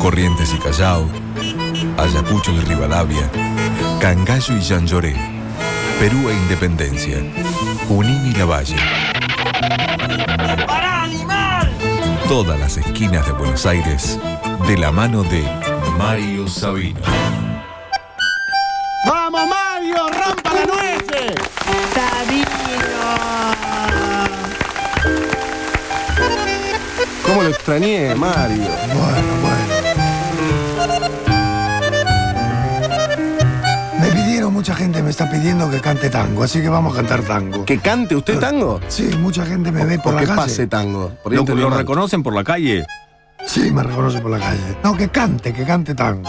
Corrientes y Callao, Ayacucho y Rivadavia, Cangallo y Llanlloré, Perú e Independencia, Junín y Lavalle. ¡Para, animal! Todas las esquinas de Buenos Aires de la mano de Mario Sabino. ¡Vamos, Mario! ¡Rampa la nueces! Sabino. ¿Cómo lo extrañé, Mario? Bueno, bueno. Me pidieron, mucha gente me está pidiendo que cante tango, así que vamos a cantar tango. ¿Que cante usted tango? Sí, mucha gente me ve por ¿O la que calle. pase tango? Por ahí ¿Lo, entendí lo mal. reconocen por la calle? Sí, me reconoce por la calle. No, que cante, que cante tango.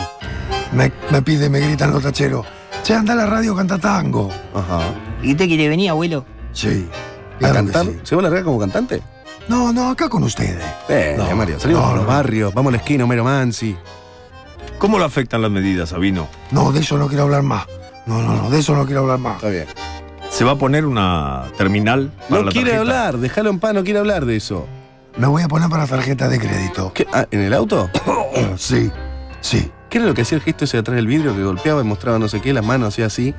Me, me piden, me gritan los tacheros. Che, anda a la radio, canta tango. Ajá. ¿Y usted quiere venir, abuelo? Sí. ¿A claro que cantar? sí. ¿Se va a largar como cantante? No, no, acá con ustedes. Eh, No, Mario, salimos no, por los no. barrios, vamos a la esquina, Homero Mansi. ¿Cómo lo afectan las medidas, Sabino? No, de eso no quiero hablar más. No, no, no, de eso no quiero hablar más. Está bien. ¿Se va a poner una terminal? para No la quiere tarjeta? hablar, déjalo en paz, no quiere hablar de eso. Me voy a poner para tarjeta de crédito. ¿Qué? Ah, ¿En el auto? Oh. Sí, sí. ¿Qué era lo que hacía el gesto ese de atrás del vidrio que golpeaba y mostraba no sé qué, las manos hacía así?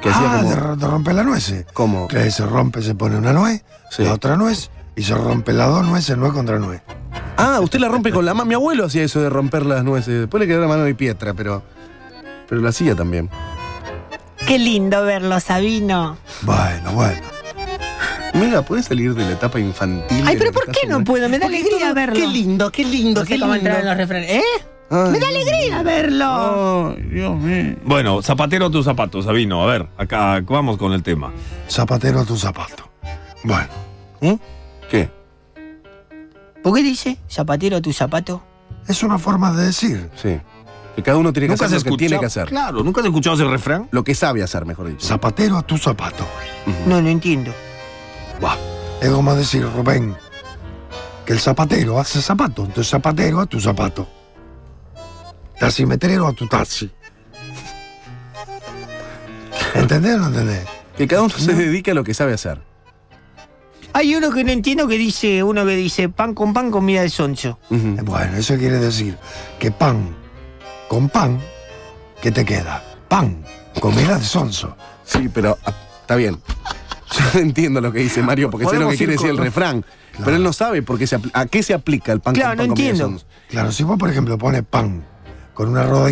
Que hacía ah, como. de ro- de romper la nuez. eh. ¿Cómo? Que se rompe, se pone una nuez, Sí. la otra nuez, y se rompe las dos nueces, nuez contra nuez. Ah, usted la rompe con la mano. Mi abuelo hacía eso de romper las nueces. Después le quedó la mano de piedra, pero. Pero lo hacía también. Qué lindo verlo, Sabino. Bueno, bueno. Mira, ¿puedes salir de la etapa infantil? Ay, pero en la que ¿por estás qué no en- puedo? Me da Porque alegría todo- verlo. Qué lindo, qué lindo, No qué sé cómo lindo. entrar en los refranes. ¿Eh? Ay. Me da alegría verlo. Ay, Dios mío. Bueno, zapatero a tus zapatos, Sabino. A ver, acá vamos con el tema. Zapatero a tu zapato. Bueno, ¿Qué? ¿Por qué dice zapatero a tu zapato? es una forma de decir. Sí. Que cada uno tiene que ¿Nunca hacer se lo que tiene escuchó? que hacer. Claro, ¿nunca has escuchado ese refrán? Lo que sabe hacer, mejor dicho. Zapatero a tu zapato. No, no entiendo. Buah, Es como decir, Rubén, que el zapatero hace zapato, entonces zapatero a tu zapato. Taximetrero a tu taxi. ¿Entendés o no entendés? Que cada uno se dedica a lo que sabe hacer. Hay uno que no entiendo que dice, uno que dice pan con pan, comida de sonso. Ujú. Eh, Bueno, eso quiere decir que pan con pan, ¿qué te queda? Pan, comida de sonso. Sí, pero ah, está bien. Yo entiendo lo que dice Mario, porque sé lo Podemos que ir quiere decir el con- refrán. Pero él no sabe por qué se apl- a qué se aplica el pan Claro, con pan no con miel entiendo. somos. Claro, si vos, por ejemplo, pones pan con una roda-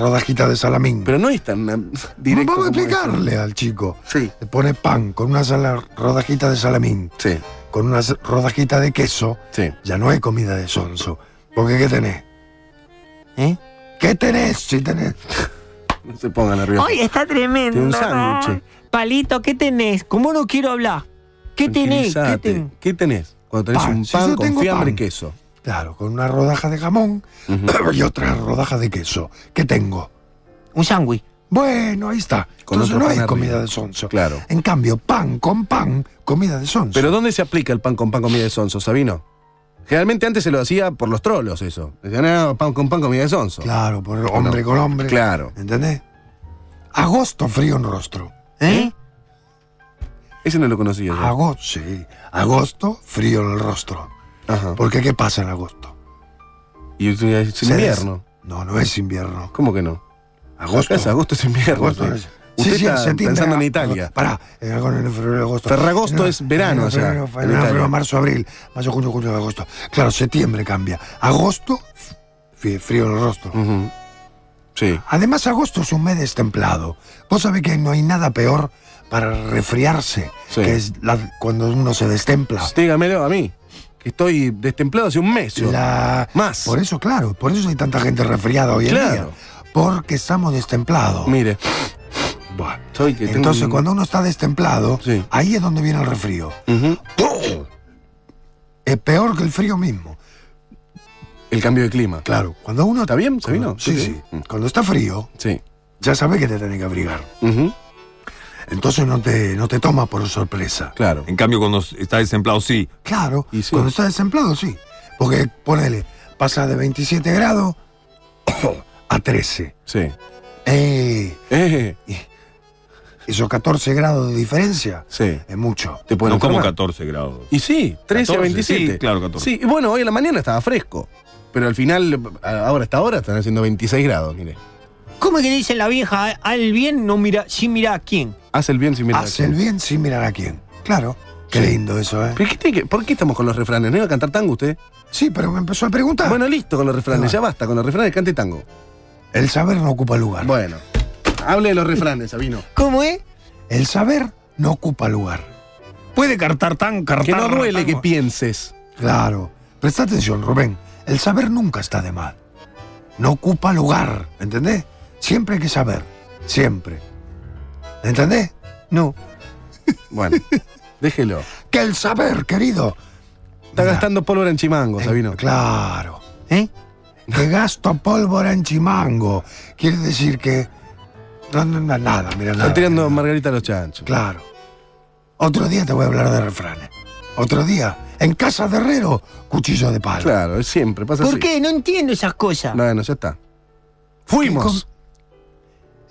rodajita de salamín, Pero no es tan ah, directo. vamos a como explicarle al chico. eso. Sí. Le pones pan con una sala- rodajita de salamín, Sí, con una s- rodajita de queso, sí. ya no hay comida de sonso. Porque ¿qué tenés? ¿Eh? ¿Qué tenés? Si tenés. No se ponga nervioso. Ay, está tremendo. Tiene un sándwich. ¿no? Palito, ¿qué tenés? ¿Cómo no quiero hablar? ¿Qué tenés? ¿Qué Tranquilízate. tenés? ¿Qué tenés? Cuando tenés Pan. un Si pan yo con tengo fiambre y pan. queso. Claro, con una rodaja de jamón y otra rodaja de queso. ¿Qué tengo? Un sándwich. Bueno, ahí está. Con Entonces otro no pan hay arriba. comida de sonso. Claro. En cambio, pan con pan, comida de sonso. Pero ¿dónde se aplica el pan con pan comida de sonso, Sabino? Generalmente antes se lo hacía por los trolos eso. Decían, no, pan con pan comida de sonso. claro, por hombre No. con hombre. Claro. ¿Entendés? Agosto frío en rostro. ¿Eh? Ese no lo conocía yo. Agosto, sí. Agosto frío en el rostro. Ajá. Porque ¿qué pasa en agosto? Y es es Se des- invierno. No, no es invierno. ¿Cómo que no? Agosto. Es agosto es invierno. Agosto sí. no es- Usted Sí, sí, está en septiembre, pensando en agosto. Italia. Pará, en algún- en el febrero, agosto. Ferragosto En- es verano en el allá, febrero, en febrero, Italia. febrero, marzo, abril, mayo, junio, julio, agosto. Claro, septiembre cambia. Agosto, fí- frío en el rostro. Ujú. Sí. Además, agosto es un mes destemplado. Vos sabés que no hay nada peor para resfriarse, Sí. que es la- cuando uno se destempla. Dígamelo a mí. Que estoy destemplado hace un mes. yo. La- Más. Por eso, claro, por eso hay tanta gente resfriada hoy en día. Claro. Porque estamos destemplados. Mire. Buah. Soy que tengo Entonces, un- cuando uno está destemplado, Sí. ahí es donde viene el resfrío. Ujú. Es peor que el frío mismo. El cambio de clima. Claro, cuando uno... ¿Está bien, Sabino? cuando- Sí, Sí, Mm. sí. sí. Cuando está frío, Sí. ya sabes que te tenés que abrigar. Ujú. Entonces no te, no te toma por sorpresa. Claro. En cambio, cuando está desempleado, sí. Claro, Y sí. cuando está desempleado, sí. Porque, ponele, pasa de 27 grados a 13. Sí. Eh, Eh, Esos 14 grados de diferencia Sí. es mucho. Te pueden no como enfermar. 14 grados. Y sí, 13 a 14, 27. sí, claro, 14. Sí, y bueno, hoy en la mañana estaba fresco. Pero al final, a- ahora hasta ahora, están haciendo 26 grados, mire. ¿Cómo es que dice la vieja al bien no mira, sin mirar a quién? Hace el bien sin mirar. a Hace el quién. bien sin mirar a quién. Claro. Qué Sí. lindo eso, ¿eh? ¿Pero qué tiene que- ¿Por qué estamos con los refranes? ¿No iba a cantar tango usted? Sí, pero me empezó a preguntar. Bueno, listo con los refranes, Bueno. ya basta con los refranes, cante tango. el saber no ocupa lugar. Bueno, hable de los refranes, Sabino. ¿Cómo es? El saber no ocupa lugar. Puede cartar tan, cartar. Que no duele que tango. pienses. Claro. Presta atención, Rubén. El saber nunca está de más. No ocupa lugar, ¿entendés? Siempre hay que saber. Siempre. ¿Entendés? No. Bueno, déjelo. Que el saber, querido. Está Mirá, gastando pólvora en chimango, eh, Sabino. Claro. ¿Eh? Que gasto pólvora en chimango. Quiere decir que. No, no, no, nada, mira, nada. Está tirando mira, nada. Margarita a los chanchos. Claro. Otro día te voy a hablar de refranes. Otro día, en casa de herrero, cuchillo de palo. Claro, es siempre pasa ¿Por así. qué? No entiendo esas cosas. Bueno, ya está. Fuimos.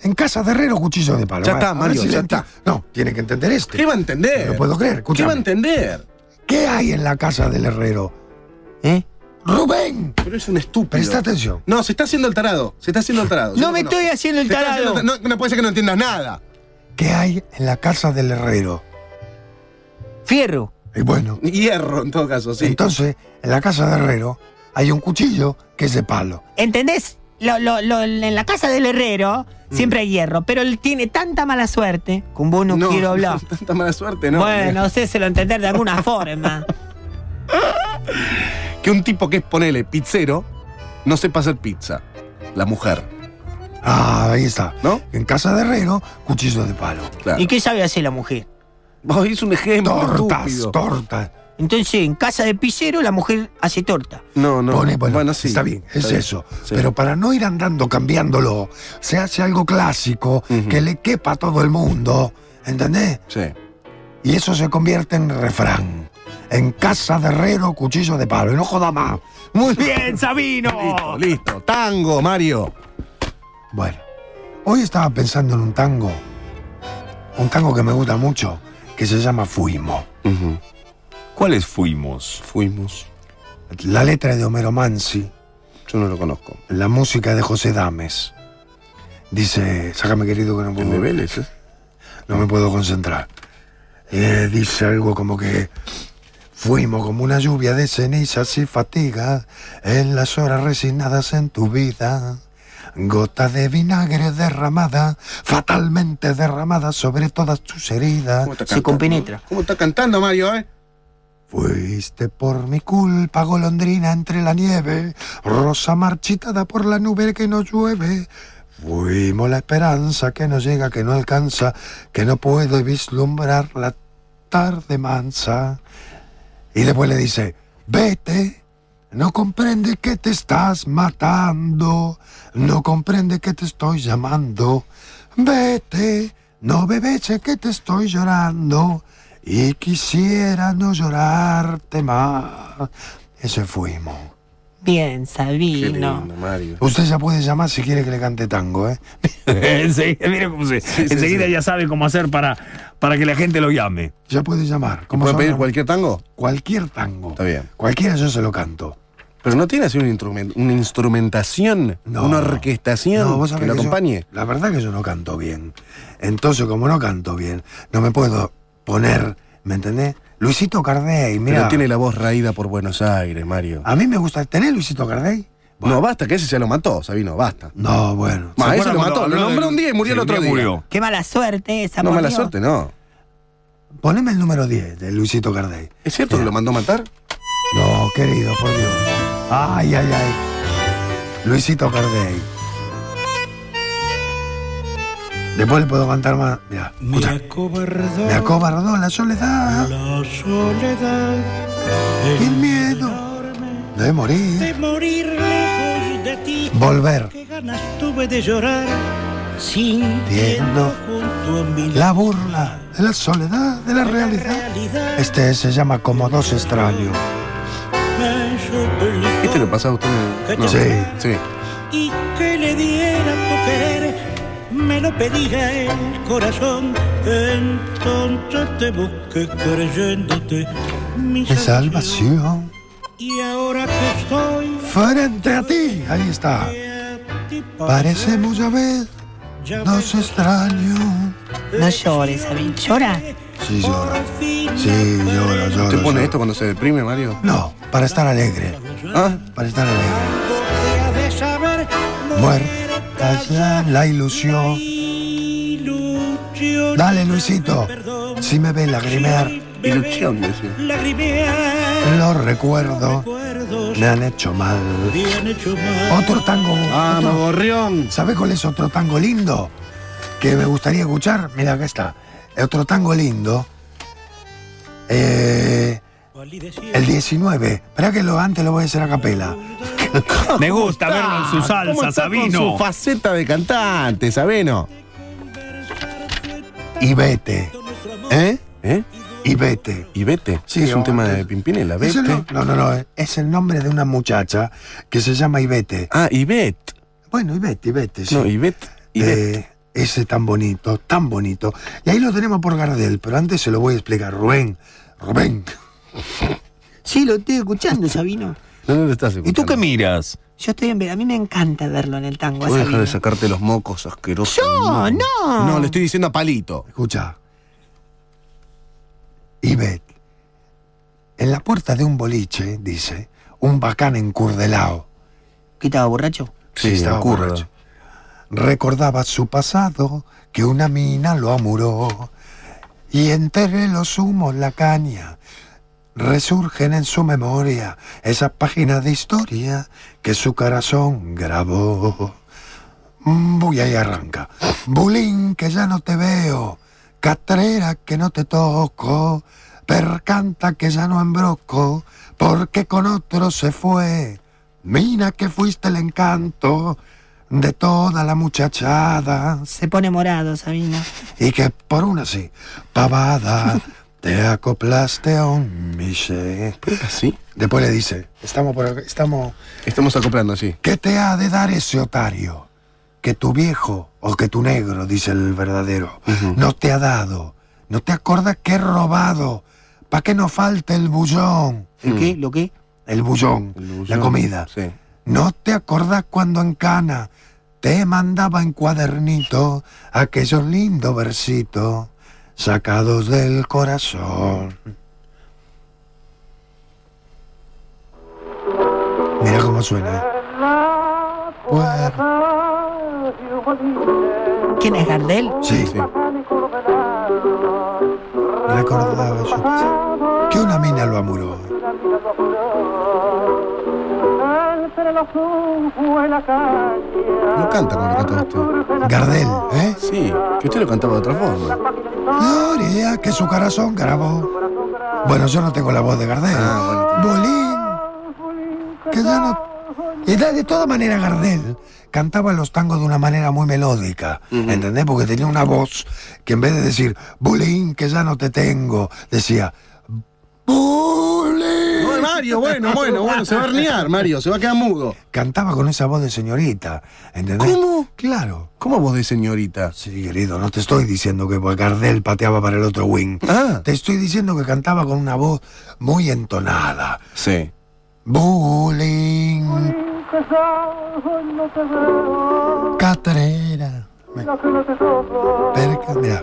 En casa de herrero, cuchillo de palo. Ya Va, está, a ver Mario, si ya enti- está. No, tiene que entender esto. ¿Qué va a entender? No lo puedo ¿Qué creer, va a escúchame. entender? ¿Qué hay en la casa del herrero? ¿Eh? ¡Rubén! Pero es un estúpido. Presta atención. No, se está haciendo el tarado. Se está haciendo el tarado. Yo No lo me conozco. estoy haciendo el Se está tarado. haciendo el tar- No, no puede ser que no entiendas nada. ¿Qué hay en la casa del herrero? Fierro. Y bueno, Hierro, en todo caso, sí. entonces, en la casa de herrero hay un cuchillo que es de palo. ¿Entendés? Lo- lo- lo- en la casa del herrero Mm. siempre hay hierro, pero él tiene tanta mala suerte. Con vos no, quiero hablar. Tanta mala suerte, ¿no? bueno, sé se lo entender de alguna forma. Que un tipo que es, ponele, pizzero, no sepa hacer pizza. La mujer, Ah, ahí está. ¿no? En casa de herrero, cuchillo de palo. Claro. ¿Y qué sabe hacer la mujer? Vos es un ejemplo Tortas, estúpido. tortas. Entonces, en casa de pillero la mujer hace torta. No, no. Pone, bueno, bueno, sí. Está bien, es está bien. eso. Sí. Pero para no ir andando cambiándolo, se hace algo clásico Ujú. que le quepa a todo el mundo. ¿Entendés? Sí. Y eso se convierte en refrán. En casa de herrero, cuchillo de palo. Y no joda más. Muy ¡Bien, Sabino! Listo, listo. Tango, Mario. Bueno, hoy estaba pensando en un tango. Un tango que me gusta mucho, que se llama Fuimos. ¿Cuáles fuimos? Fuimos. La letra es de Homero Mansi, Yo no lo conozco. la música de José Dames. Dice, sácame querido que no puedo. ¿El de Vélez? eh? no me puedo concentrar. Eh, dice algo como que fuimos como una lluvia de cenizas y fatiga en las horas resignadas en tu vida. Gotas de vinagre derramada, fatalmente derramada sobre todas tus heridas. ¿Cómo está Se cantando? compenetra. ¿Cómo está cantando, Mario, eh? Fuiste por mi culpa, golondrina entre la nieve, rosa marchitada por la nube que no llueve. Fuimos la esperanza que no llega, que no alcanza, que no puedo vislumbrar la tarde mansa. Y después le dice, vete, no comprende que te estás matando, no comprende que te estoy llamando. Vete, no bebeche que te estoy llorando y quisiera no llorarte más. Ese fuimos. Bien, Qué Sabino. lindo, Mario. Usted ya puede llamar si quiere que le cante tango, ¿eh? enseguida, mira cómo se- enseguida ya sabe cómo hacer para, para que la gente lo llame. Ya puede llamar. ¿Cómo ¿Puede son? pedir cualquier tango? cualquier tango? Está bien. Cualquiera yo se lo canto. Pero no tiene así un instrumen- una instrumentación, No. una orquestación No, vos sabés que lo que yo- acompañe. la verdad que yo no canto bien. Entonces, como no canto bien, no me puedo poner, ¿me entendés? Luisito Cardey, Pero mira. tiene la voz raída por Buenos Aires, Mario. A mí me gusta. ¿Tenés Luisito Cardey? No, basta, que ese se lo mató, Sabino, basta. No, bueno. Ma, ¿Se ese acuerda lo cuando mató, lo habló nombró del- un día y murió Sí, el otro día. murió. Qué mala suerte esa, No, por mala Dios. suerte, no. Poneme el número 10 de Luisito Cardey. ¿Es cierto que lo mandó matar? No, querido, por Dios. Ay, ay, ay. Luisito Cardey. Después le puedo cantar más. Mira, Me escucha. acobardó Me acobardó la soledad la soledad, y el miedo enorme de de morir. morir lejos de ti. Volver. Qué ganas tuve de llorar, sintiendo junto a mí La burla de la soledad, de la realidad. realidad. Este se llama Como dos extraños. Me suplicó ¿Este lo pasaba usted? en el- Que No. te- Sí. Sí. y que le diera tu querer. me lo pedía el corazón, entonces te busqué creyéndote mi Mi salvación Y ahora que estoy frente a ti. Ahí está. a ti Parecemos ya ver ya dos ves, extraños. No llores, Sabín. ¿Llora? Sí llora. por fin Sí llora, llora. ¿Te pone llora. esto cuando se deprime, Mario? No, para estar alegre. Ah, Para estar alegre. porque ha de saber no Muerta ya la ilusión. ilusión. Dale, Luisito. Si me ve lagrimear, ilusión, decía. Lagrimear los recuerdos recuerdos me han hecho mal. bien hecho mal. Otro tango. Ah, otro- Magorrión. ¿Sabes cuál es otro tango lindo? Que me gustaría escuchar. Mira, acá está. Otro tango lindo. Eh, el 19. Espera que lo, antes lo voy a hacer a capela. Me gusta verlo en su Ah, ¿Cómo salsa, está con Sabino. su faceta de cantante, Sabino. Y vete. ¿Eh? ¿Eh? Y vete. Y vete. Sí, es un o tema antes. de Pimpinela, Ese vete. no, no, no, no, Es el nombre de una muchacha que se llama Ivete. Ah, Ivette. Bueno, Ivete, Ivete, sí. No, Ivette. Ivette. Eh, ese tan bonito, tan bonito. Y ahí lo tenemos por Gardel, pero antes se lo voy a explicar. Rubén, Rubén. Sí, lo estoy escuchando, Sabino. No, no lo estás escuchando. miras? Yo estoy en... A mí me encanta verlo en el tango, a Voy a dejar de Sabino. sacarte los mocos asquerosos. Yo, no. No, le estoy diciendo a Palito. Escucha. Ivette, en la puerta de un boliche, dice, un bacán encurdelao. ¿Qué estaba borracho? Sí, estaba ocurre. borracho. Recordaba su pasado, que una mina lo amuró. Y entre los humos la caña. Resurgen en su memoria esas páginas de historia que su corazón grabó. Mm, Y ahí arranca. Bulín, que ya no te veo. Catrera, que no te toco. Percanta, que ya no embroco. Porque con otro se fue. Mina, que fuiste el encanto de toda la muchachada. Se pone morado, Sabino. Y que por una sí, pavada, te acoplaste a un miche. ¿Así? Después le dice, estamos por acá, estamos... Estamos acoplando, sí. ¿Qué te ha de dar ese otario? Que tu viejo o que tu negro, dice el verdadero, no te ha dado. No te acordas que he robado. ¿Para que no falte el bullón? ¿El Mm. qué? ¿Lo qué? El bullón, El bullón, la comida. Sí. ¿No te acordás cuando en Cana te mandaba en cuadernito aquellos lindos versitos sacados del corazón? Mira cómo suena. ¿eh? Puer- ¿Quién es Gardel? Sí, Sí. recordaba yo que una mina lo amuró. No canta como lo cantaba usted. Gardel, ¿eh? Sí, que usted lo cantaba de otra forma. Gloria que su corazón grabó. Bueno, yo no tengo la voz de Gardel. Ah, Bolín. Que ya no. Y da- de toda manera Gardel cantaba los tangos de una manera muy melódica, ¿entendés? Porque tenía una voz que en vez de decir, Bolín, que ya no te tengo, decía, Bolín. No, Mario, bueno, bueno, bueno, se va a herniar, Mario, se va a quedar mudo. Cantaba con esa voz de señorita, ¿entendés? ¿Cómo? Claro. ¿Cómo vos de señorita? Sí, querido, no te estoy diciendo que Gardel pateaba para el otro wing. Ah. Te estoy diciendo que cantaba con una voz muy entonada. Sí. Bullying. Catrera. Perca, mira.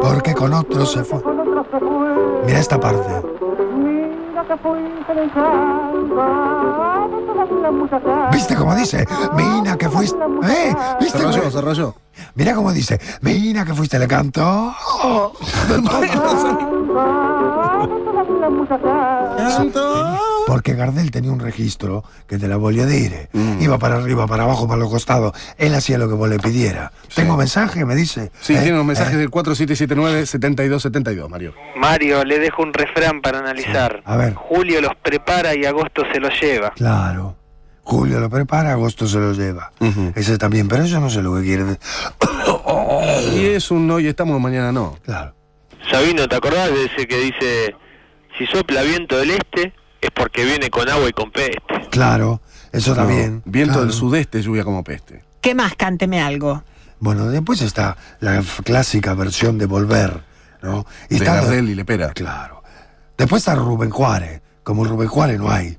Porque con otro se fue. Mira esta parte. ¿Viste cómo dice? Mina que fuiste. ¿Eh? Se ¿Viste cómo- rayó, se rayó. Mira cómo dice. Mina que fuiste, le canto. Porque Gardel tenía un registro que te la volvió a decir. Mm. Iba para arriba, para abajo, para los costados. Él hacía lo que vos le pidiera. Tengo mensaje, me dice. Sí, ¿Eh? tiene unos ¿Eh? mensajes del 4779-7272, Mario. Mario, le dejo un refrán para analizar. A ver. Julio los prepara y agosto se los lleva. Claro. Julio lo prepara, agosto se lo lleva. Ese también, pero yo no sé lo que quiere. de- Y es un hoy estamos, mañana no. Claro. Sabino, ¿te acordás de ese que dice, si sopla viento del este, es porque viene con agua y con peste? Claro, eso No, también. Viento claro. del sudeste, lluvia como peste. ¿Qué más? Cánteme algo. Bueno, después está la f- clásica versión de Volver, ¿no? Y de está la- Gardel y Lepera. Claro. Después está Rubén Juárez. Como Rubén Juárez no hay.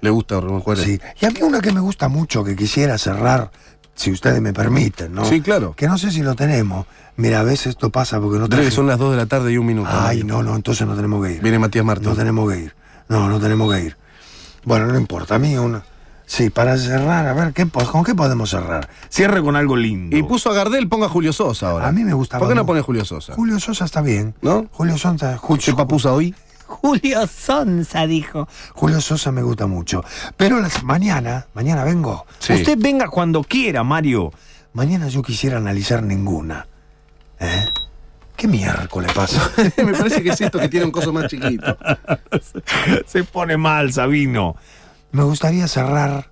Le gusta a Rubén Juárez. Sí. Y a mí una que me gusta mucho, que quisiera cerrar, si ustedes me permiten, ¿no? Sí, claro. Que no sé si lo tenemos. Mira, a veces esto pasa porque no Creo que traje- son las 2 de la tarde y un minuto. Ay, no, no, entonces no tenemos que ir. Viene Matías Martín. No tenemos que ir. No, no tenemos que ir. Bueno, no importa. A mí una... Sí, para cerrar, a ver, ¿qué, po- ¿con qué podemos cerrar? Cierre con algo lindo. Y puso a Gardel, ponga Julio Sosa ahora. A mí me gustaba ¿Por qué no mucho. pone Julio Sosa? Julio Sosa está bien. ¿No? Julio Sosa... Ju- ¿Qué papusa hoy? Julio Sonza dijo. Julio Sosa me gusta mucho. Pero las, mañana, mañana vengo. Sí. Usted venga cuando quiera, Mario. Mañana yo quisiera analizar ninguna. ¿Eh? ¿Qué miércoles pasa? me parece que es esto que tiene un coso más chiquito. Se pone mal, Sabino. me gustaría cerrar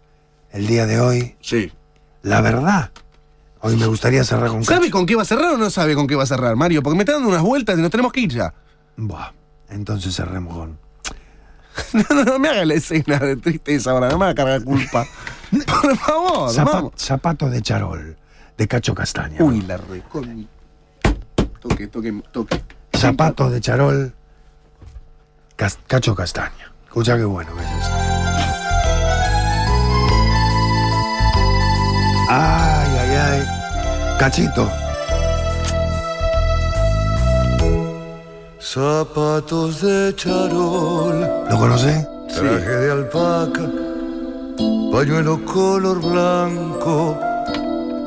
el día de hoy, Sí. la verdad. Hoy me gustaría cerrar con ¿Sabe Cacho. con qué va a cerrar o no sabe con qué va a cerrar, Mario? Porque me está dando unas vueltas y nos tenemos que ir ya. Buah, entonces cerremos con. No, no, no me haga la escena de tristeza ahora, no me haga cargar culpa. Por favor, Zapa- vamos. Zapato de charol, de Cacho Castaña. Uy, la recon. Toque, toque, toque. Zapato de charol, Cas- Cacho Castaña. Escucha qué bueno que es esto. Ay, ay, ay. Cachito. Zapatos de charol, ¿Lo conocés? traje de alpaca, pañuelo color blanco,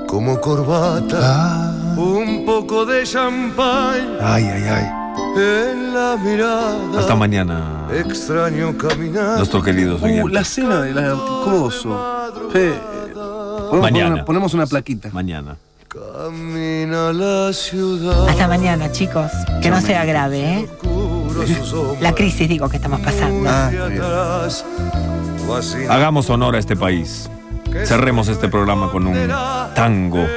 como corbata, Ah, un poco de champán ay, ay, ay. en la mirada. Hasta mañana, Extraño caminar. nuestros queridos Uh, la oyentes. cena de la coso. Sí. Ponemos Mañana. una- ponemos una plaquita. Mañana. Camina la ciudad. Hasta mañana, chicos. Que no sea grave, ¿eh? Oscuro su sombra. La crisis, digo, que estamos pasando. Ah, de está bien. atrás, o así Hagamos honor a este país. Cerremos este programa con un tango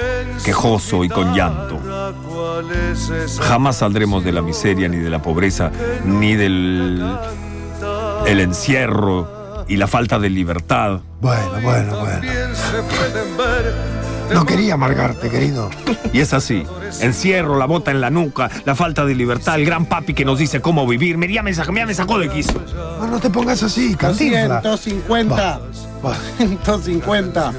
quejoso y con llanto. ¿Cuál es esa Jamás saldremos de la miseria, ni de la pobreza, ni del el encierro y la falta de libertad. Bueno, bueno, bueno. Bien se pueden ver No quería amargarte, querido. Y es así. Encierro, la bota en la nuca, la falta de libertad, el gran papi que nos dice cómo vivir. Mira, ya me sacó, mira, me sacó de quiso. No, no te pongas así, cantinfla. 150. Va. 150.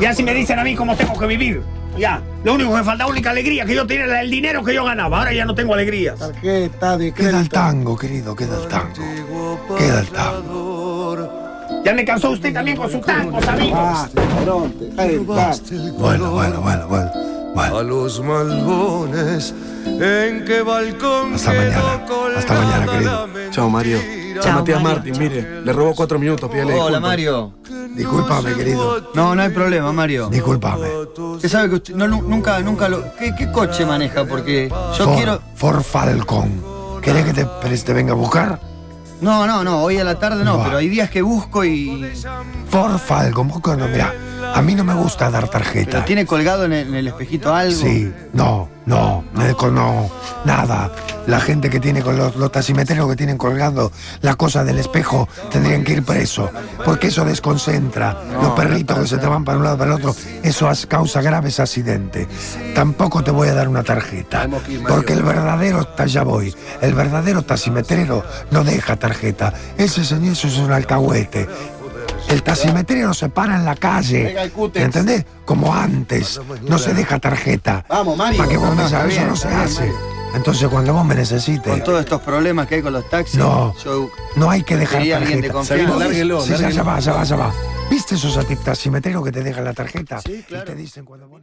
Ya si me dicen a mí cómo tengo que vivir. Ya, lo único que me faltaba, única alegría que yo tenía era el dinero que yo ganaba. Ahora ya no tengo alegrías. Tarjeta de Queda el crédito. tango, querido, queda el tango. Queda el tango. Ya me cansó usted también con su tango, Sabino. Basta, cabrón, deja de estar. el color Bueno, bueno, bueno, bueno. bueno. A los malbones en que balcón Hasta quedó mañana. colgada Hasta mañana, querido. la mentira. Chao, Mario. Chao, Matías Mario. Martín, mire, le robó cuatro minutos, pídale Hola, disculpas. Mario. Discúlpame, querido. No, no hay problema, Mario. Discúlpame. Usted sabe que usted- no, nu- nunca, nunca lo. ¿Qué, qué coche maneja? Porque yo For, quiero. For Falcon. ¿Querés que te, pres- te venga a buscar? No, no, no, hoy a la tarde no, Buah. pero hay días que busco y. For Falcon. Vos cuando, mirá, a mí no me gusta dar Pero tarjeta. tiene colgado en el, en el espejito algo. Sí, no, no, no, con- no, nada. La gente que tiene con los, los taximeteros que tienen colgando la cosa del espejo tendrían que ir preso, porque eso desconcentra. los perritos que se te van para un lado para el otro, eso as- causa graves accidentes. Tampoco te voy a dar una tarjeta, porque el verdadero, ta- ya voy, el verdadero taximetrero no deja tarjeta. Ese señor eso es un alcahuete. El taximetrero se para en la calle. Pega el cútex. ¿Entendés? Como antes. No se deja tarjeta. Ah, Vamos, Mario. Para que vos me Está sabés, eso bien, no se está bien, hace. Mario. Entonces, cuando vos me necesites, Con todos estos problemas que hay con los taxis. No. Yo no hay que dejar Sería alguien de tarjeta. confianza. Vos- Lárguelo, sí, ya, lárguelo. ya va, ya va, ya va. ¿Viste esos taximetreros que te dejan la tarjeta? Sí, claro. Y te dicen cuando vos-